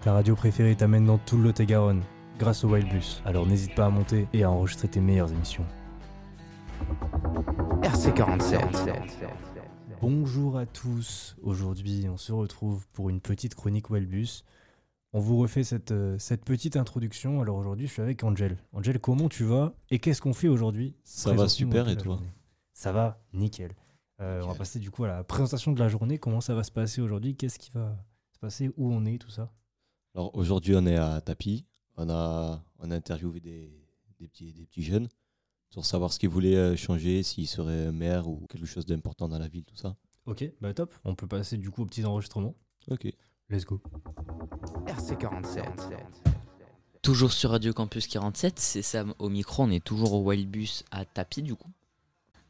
Ta radio préférée t'amène dans tout le Lot-et-Garonne grâce au Wild Bus. Alors n'hésite pas à monter et à enregistrer tes meilleures émissions. RC47. Bonjour à tous. Aujourd'hui, on se retrouve pour une petite chronique Wellbus. On vous refait cette, euh, cette petite introduction. Alors aujourd'hui, je suis avec Angel. Angel, comment tu vas et qu'est-ce qu'on fait aujourd'hui Ça va Présente-nous un super, peu et la toi journée. Ça va, nickel. Euh, On va Nickel. passer du coup à la présentation de la journée. Comment ça va se passer aujourd'hui Qu'est-ce qui va se passer Où on est Tout ça Alors aujourd'hui, on est à Tapi. On a, on a interviewé des, des, petits, des petits jeunes pour savoir ce qu'ils voulaient euh, changer, s'ils seraient maire ou quelque chose d'important dans la ville, tout ça. Ok, bah top. On peut passer du coup aux petits enregistrements. Ok. Let's go. RC47. Toujours sur Radio Campus 47, c'est Sam au micro, on est toujours au Wildbus à tapis du coup.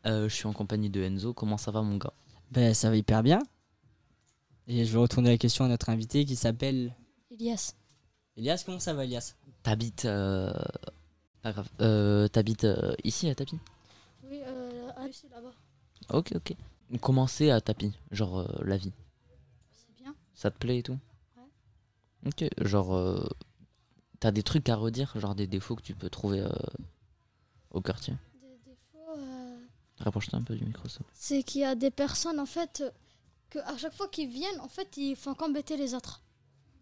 Euh, je suis en compagnie de Enzo, comment ça va mon gars Ben, ça va hyper bien. Et je vais retourner la question à notre invité qui s'appelle Elias, Elias. Comment ça va, Elias T'habites... euh, Pas grave. Euh, T'habites euh, ici à tapis oui, euh, ah, c'est là-bas. Ok, ok. Comment c'est à tapis Genre euh, la vie C'est bien. Ça te plaît et tout Ouais. Ok, genre... euh, T'as des trucs à redire Genre des défauts que tu peux trouver euh, au quartier Des défauts, euh, Rapproche-toi un peu du micro, ça. c'est qu'il y a des personnes, en fait, euh, que à chaque fois qu'ils viennent, en fait, ils font qu'embêter les autres.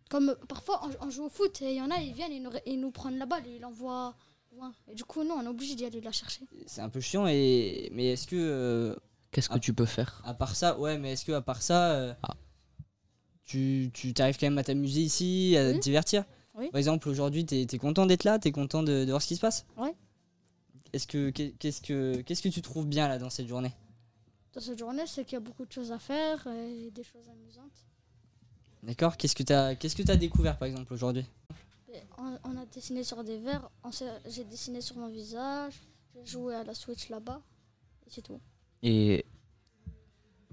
Comme euh, parfois, on, on joue au foot et il y en a, ils viennent, ils nous, ils nous prennent la balle et ils l'envoient loin. Et du coup, nous, on est obligé d'y aller la chercher. C'est un peu chiant, et... mais est-ce que, euh, Qu'est-ce que Ah. tu peux faire à part ça, ouais, mais est-ce que, à part ça, euh, Ah. tu tu t'arrives quand même à t'amuser ici, à Oui. te divertir Oui. Par exemple, aujourd'hui, t'es es content d'être là, t'es content de, de voir ce qui se passe Ouais. Est-ce que qu'est- qu'est-ce que qu'est-ce que tu trouves bien là dans cette journée Dans cette journée, c'est qu'il y a beaucoup de choses à faire et des choses amusantes. D'accord. Qu'est-ce que t'as qu'est-ce que t'as découvert par exemple aujourd'hui Et on, on a dessiné sur des verres, on s'est- j'ai dessiné sur mon visage, j'ai joué à la Switch là-bas, et c'est tout. Et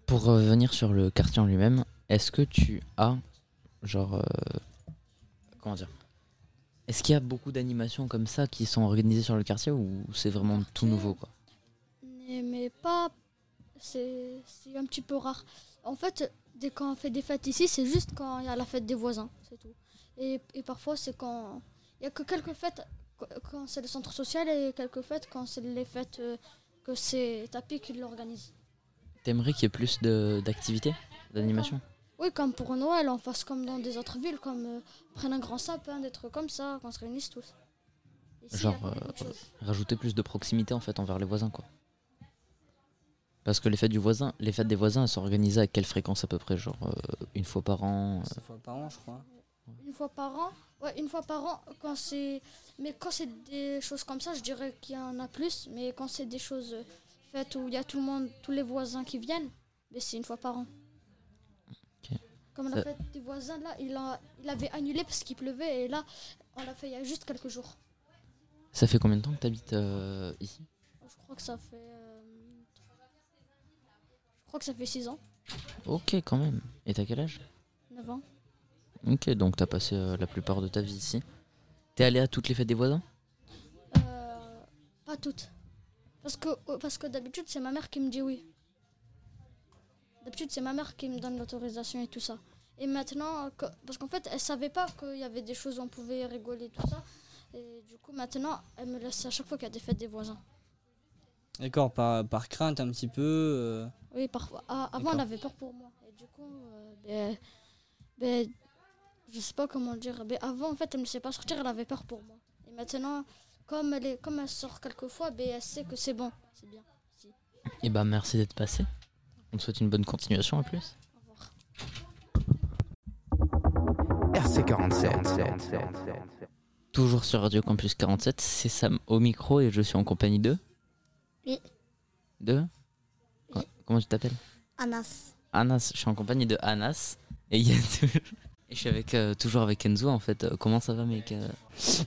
pour revenir sur le quartier en lui-même, est-ce que tu as, genre, euh, comment dire, est-ce qu'il y a beaucoup d'animations comme ça qui sont organisées sur le quartier ou c'est vraiment tout nouveau quoi Mais, mais pas. C'est c'est un petit peu rare. En fait, dès quand on fait des fêtes ici, c'est juste quand il y a la fête des voisins, c'est tout. Et, et parfois, c'est quand. Il y a que quelques fêtes qu- quand c'est le centre social et quelques fêtes quand c'est les fêtes euh, que c'est Tapi qui l'organise. T'aimerais qu'il y ait plus de- d'activités, d'animations Oui, comme pour Noël, on fasse comme dans des autres villes, comme euh, prennent un grand sapin, des trucs comme ça, qu'on se réunisse tous. Ici, il y a Genre, pas beaucoup de euh, choses. Rajouter plus de proximité en fait envers les voisins quoi. Parce que les fêtes du voisin, les fêtes des voisins, elles sont organisées à quelle fréquence à peu près, genre euh, une fois par an. euh, C'est fois par an, je crois. Une fois par an Ouais, une fois par an, quand c'est. Mais quand c'est des choses comme ça, je dirais qu'il y en a plus. Mais quand c'est des choses euh, faites où il y a tout le monde, tous les voisins qui viennent, mais c'est une fois par an. Ok. Comme la Ça- fête des voisins, là, il, a, il avait annulé parce qu'il pleuvait. Et là, on l'a fait il y a juste quelques jours. Ça fait combien de temps que t'habites euh, ici Je crois que ça fait. euh, Je crois que ça fait 6 ans, Ok quand même. Et t'as quel âge 9 ans. Ok, donc t'as passé euh, la plupart de ta vie ici. T'es allé à toutes les fêtes des voisins Euh, pas toutes. Parce que, oh, parce que d'habitude, c'est ma mère qui me dit oui. D'habitude, c'est ma mère qui me donne l'autorisation et tout ça. Et maintenant, que- parce qu'en fait, elle savait pas qu'il y avait des choses où on pouvait rigoler, tout ça. Et du coup, maintenant, elle me laisse à chaque fois qu'il y a des fêtes des voisins. D'accord. Par par crainte un petit peu. euh, Oui, parfois. Ah, avant, D'accord. elle avait peur pour moi. Et du coup, euh, ben, ben, je sais pas comment dire. Ben, avant, en fait, elle ne sait pas sortir, elle avait peur pour moi. Et maintenant, comme elle, est, comme elle sort quelquefois, ben, elle sait que c'est bon. C'est bien. Eh ben merci d'être passé. On te souhaite une bonne continuation en plus. Au revoir. RC47. Toujours sur Radio Campus 47, c'est Sam au micro et je suis en compagnie de... Oui. De Oui. Co- Comment tu t'appelles Anas. Anas, je suis en compagnie de Anas. Et, il y a toujours- et je suis avec, euh, toujours avec Enzo en fait. Euh, Comment ça va mec Euh,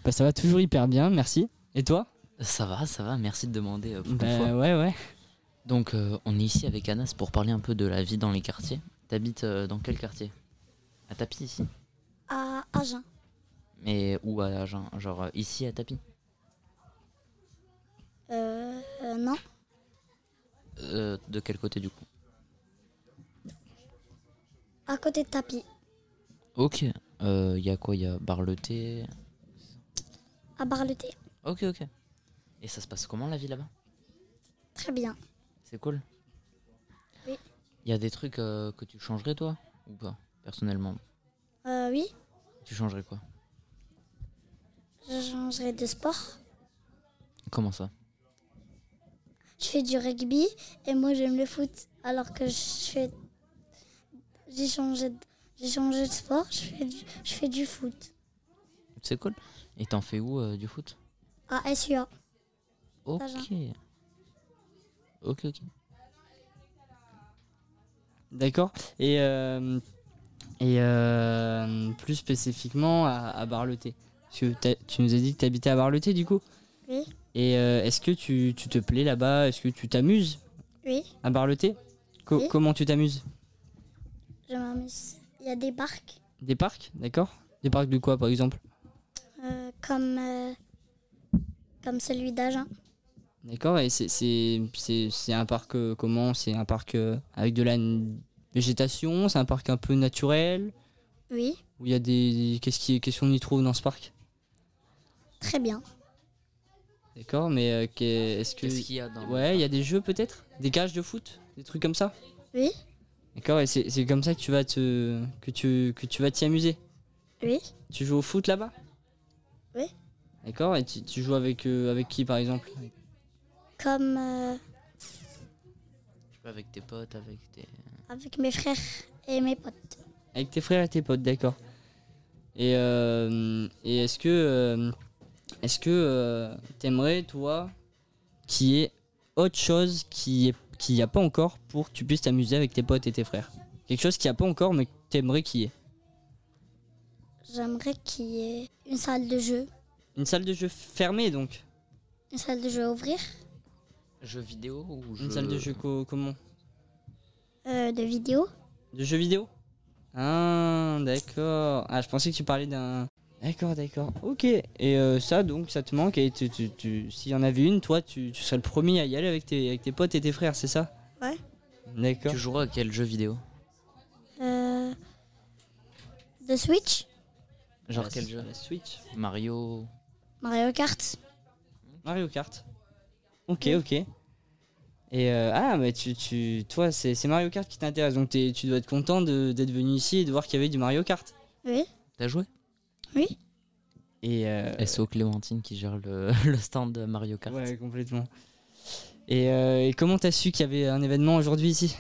Bah, ça va toujours hyper bien, merci. Et toi Ça va, ça va, merci de demander euh, pour une Bah, fois. ouais, ouais. Donc euh, on est ici avec Anas pour parler un peu de la vie dans les quartiers. T'habites euh, dans quel quartier À Tapi ici À Agen. Mais où à Agen Genre euh, ici à Tapi Euh, euh, non. Euh, De quel côté du coup À côté de tapis. Ok, Euh, Il y a quoi Il y a Barleté. à Barleté. Ok, ok. Et ça se passe comment la vie là-bas Très bien. C'est cool Oui. Il y a des trucs euh, que tu changerais toi Ou pas Personnellement, Euh, oui, tu changerais quoi je changerai de sport. Comment ça Je fais du rugby et moi j'aime le foot. Alors que je fais. J'ai changé, de- j'ai changé de sport, je fais du, je fais du foot. C'est cool. Et t'en fais où euh, du foot À SUA. Ok. Agen. Ok, ok. D'accord. Et, euh, et euh, plus spécifiquement à, à Barleté. Parce que t'as- tu nous as dit que tu habitais à Barleté du coup Oui. Et euh, est-ce que tu, tu te plais là-bas Est-ce que tu t'amuses Oui, à Barleté Co- Oui. Comment tu t'amuses je m'amuse. Il y a des barques Des parcs, d'accord Des parcs de quoi par exemple euh, comme, euh, comme celui d'Agen. D'accord, et c'est- c'est c'est- c'est un parc euh, comment C'est un parc euh, avec de la n- végétation C'est un parc un peu naturel Oui, Où il y a des. Qu'est-ce qui- qu'est-ce qu'on y trouve dans ce parc très bien. D'accord, mais euh, qu'est- est-ce que. Qu'est-ce qu'il y a dans Ouais, il y a des jeux peut-être Des cages de foot Des trucs comme ça Oui. D'accord, et c'est c'est comme ça que tu vas te que tu, que tu vas t'y amuser Oui. Tu joues au foot là-bas Oui. D'accord, et tu, tu joues avec, euh, avec qui par exemple Comme euh, Je sais pas, avec tes potes, avec tes. avec mes frères et mes potes. Avec tes frères et tes potes, d'accord. Et, euh, et est-ce que euh, est-ce que euh, t'aimerais toi qu'il y ait autre chose qui est qu'il n'y a pas encore pour que tu puisses t'amuser avec tes potes et tes frères Quelque chose qu'il n'y a pas encore mais que t'aimerais qu'il y ait. J'aimerais qu'il y ait une salle de jeu. Une salle de jeu fermée donc. Une salle de jeu à ouvrir Jeux vidéo ou Une salle de jeu co- comment euh, de vidéo. De jeux vidéo Ah, d'accord. Ah, je pensais que tu parlais d'un. D'accord, d'accord. Ok. Et euh, ça, donc, ça te manque. Et tu, tu, tu- s'il y en avait une, toi, tu, tu serais le premier à y aller avec tes, avec tes potes et tes frères, c'est ça Ouais. D'accord. Tu joueras à quel jeu vidéo Euh, de Switch, Genre La- quel jeu la Switch. Mario. Mario Kart. Mario Kart. Ok, ok. Et euh, ah, mais tu, tu, toi, c'est c'est Mario Kart qui t'intéresse. Donc, t'es- tu dois être content de- d'être venu ici et de voir qu'il y avait du Mario Kart. Oui. T'as joué Et euh, SO Clémentine qui gère le, le stand de Mario Kart. ouais, complètement. Et, euh, et comment t'as su qu'il y avait un événement aujourd'hui ici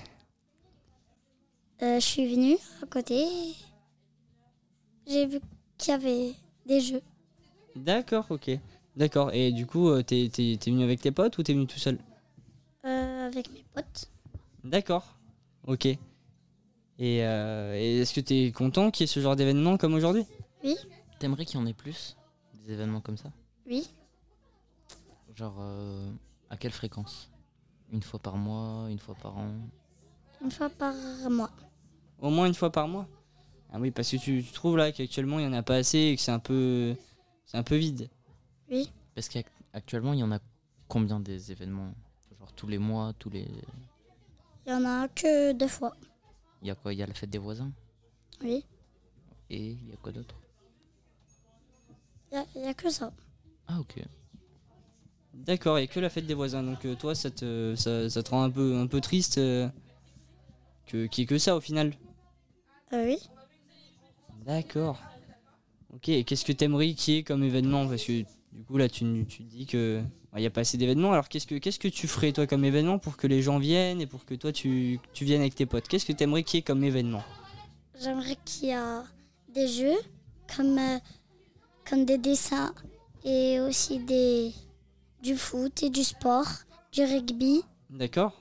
Euh, je suis venue à côté. J'ai vu qu'il y avait des jeux. D'accord, ok. D'accord. Et du coup, euh, t'es, t'es- t'es venu avec tes potes ou t'es venu tout seul euh, avec mes potes. D'accord. Ok. Et, euh, et est-ce que t'es content qu'il y ait ce genre d'événement comme aujourd'hui T'aimerais qu'il y en ait plus Des événements comme ça Oui. Genre euh, à quelle fréquence Une fois par mois, une fois par an Une fois par mois. Au moins une fois par mois Ah oui, parce que tu, tu trouves là qu'actuellement il n'y en a pas assez et que c'est un peu, c'est un peu vide. Parce qu'actuellement, il y en a combien des événements Genre tous les mois, tous les. Il y en a que deux fois. Il y a quoi Il y a la fête des voisins Oui. Et il y a quoi d'autre Il n'y a, que ça. Ah, ok. D'accord, et que la fête des voisins. Donc euh, toi, ça te, ça, ça te rend un peu, un peu triste euh, que, qu'il y ait que ça au final. Euh, oui. D'accord. Ok, et qu'est-ce que t'aimerais qu'il y ait comme événement Parce que du coup, là, tu, tu te dis que bah, il n'y a pas assez d'événements. Alors, qu'est-ce que qu'est-ce que tu ferais, toi, comme événement pour que les gens viennent et pour que toi, tu, tu viennes avec tes potes Qu'est-ce que t'aimerais qu'il y ait comme événement J'aimerais qu'il y a des jeux comme, euh, comme des dessins et aussi des, du foot et du sport, du rugby, D'accord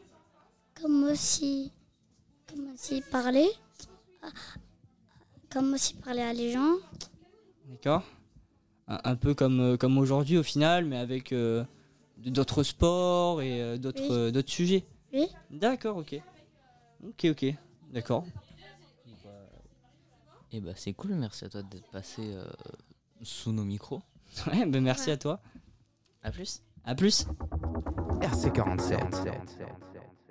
comme aussi, comme aussi parler. euh, Comme aussi parler à les gens. D'accord. Un, un peu comme, euh, comme aujourd'hui, au final, mais avec euh, d'autres sports et euh, d'autres Oui. euh, d'autres sujets. Oui. D'accord, ok. Ok, ok. D'accord. Et bah, c'est cool, merci à toi d'être passé euh, sous nos micros. Ouais, ben merci à toi. À plus À plus RC47.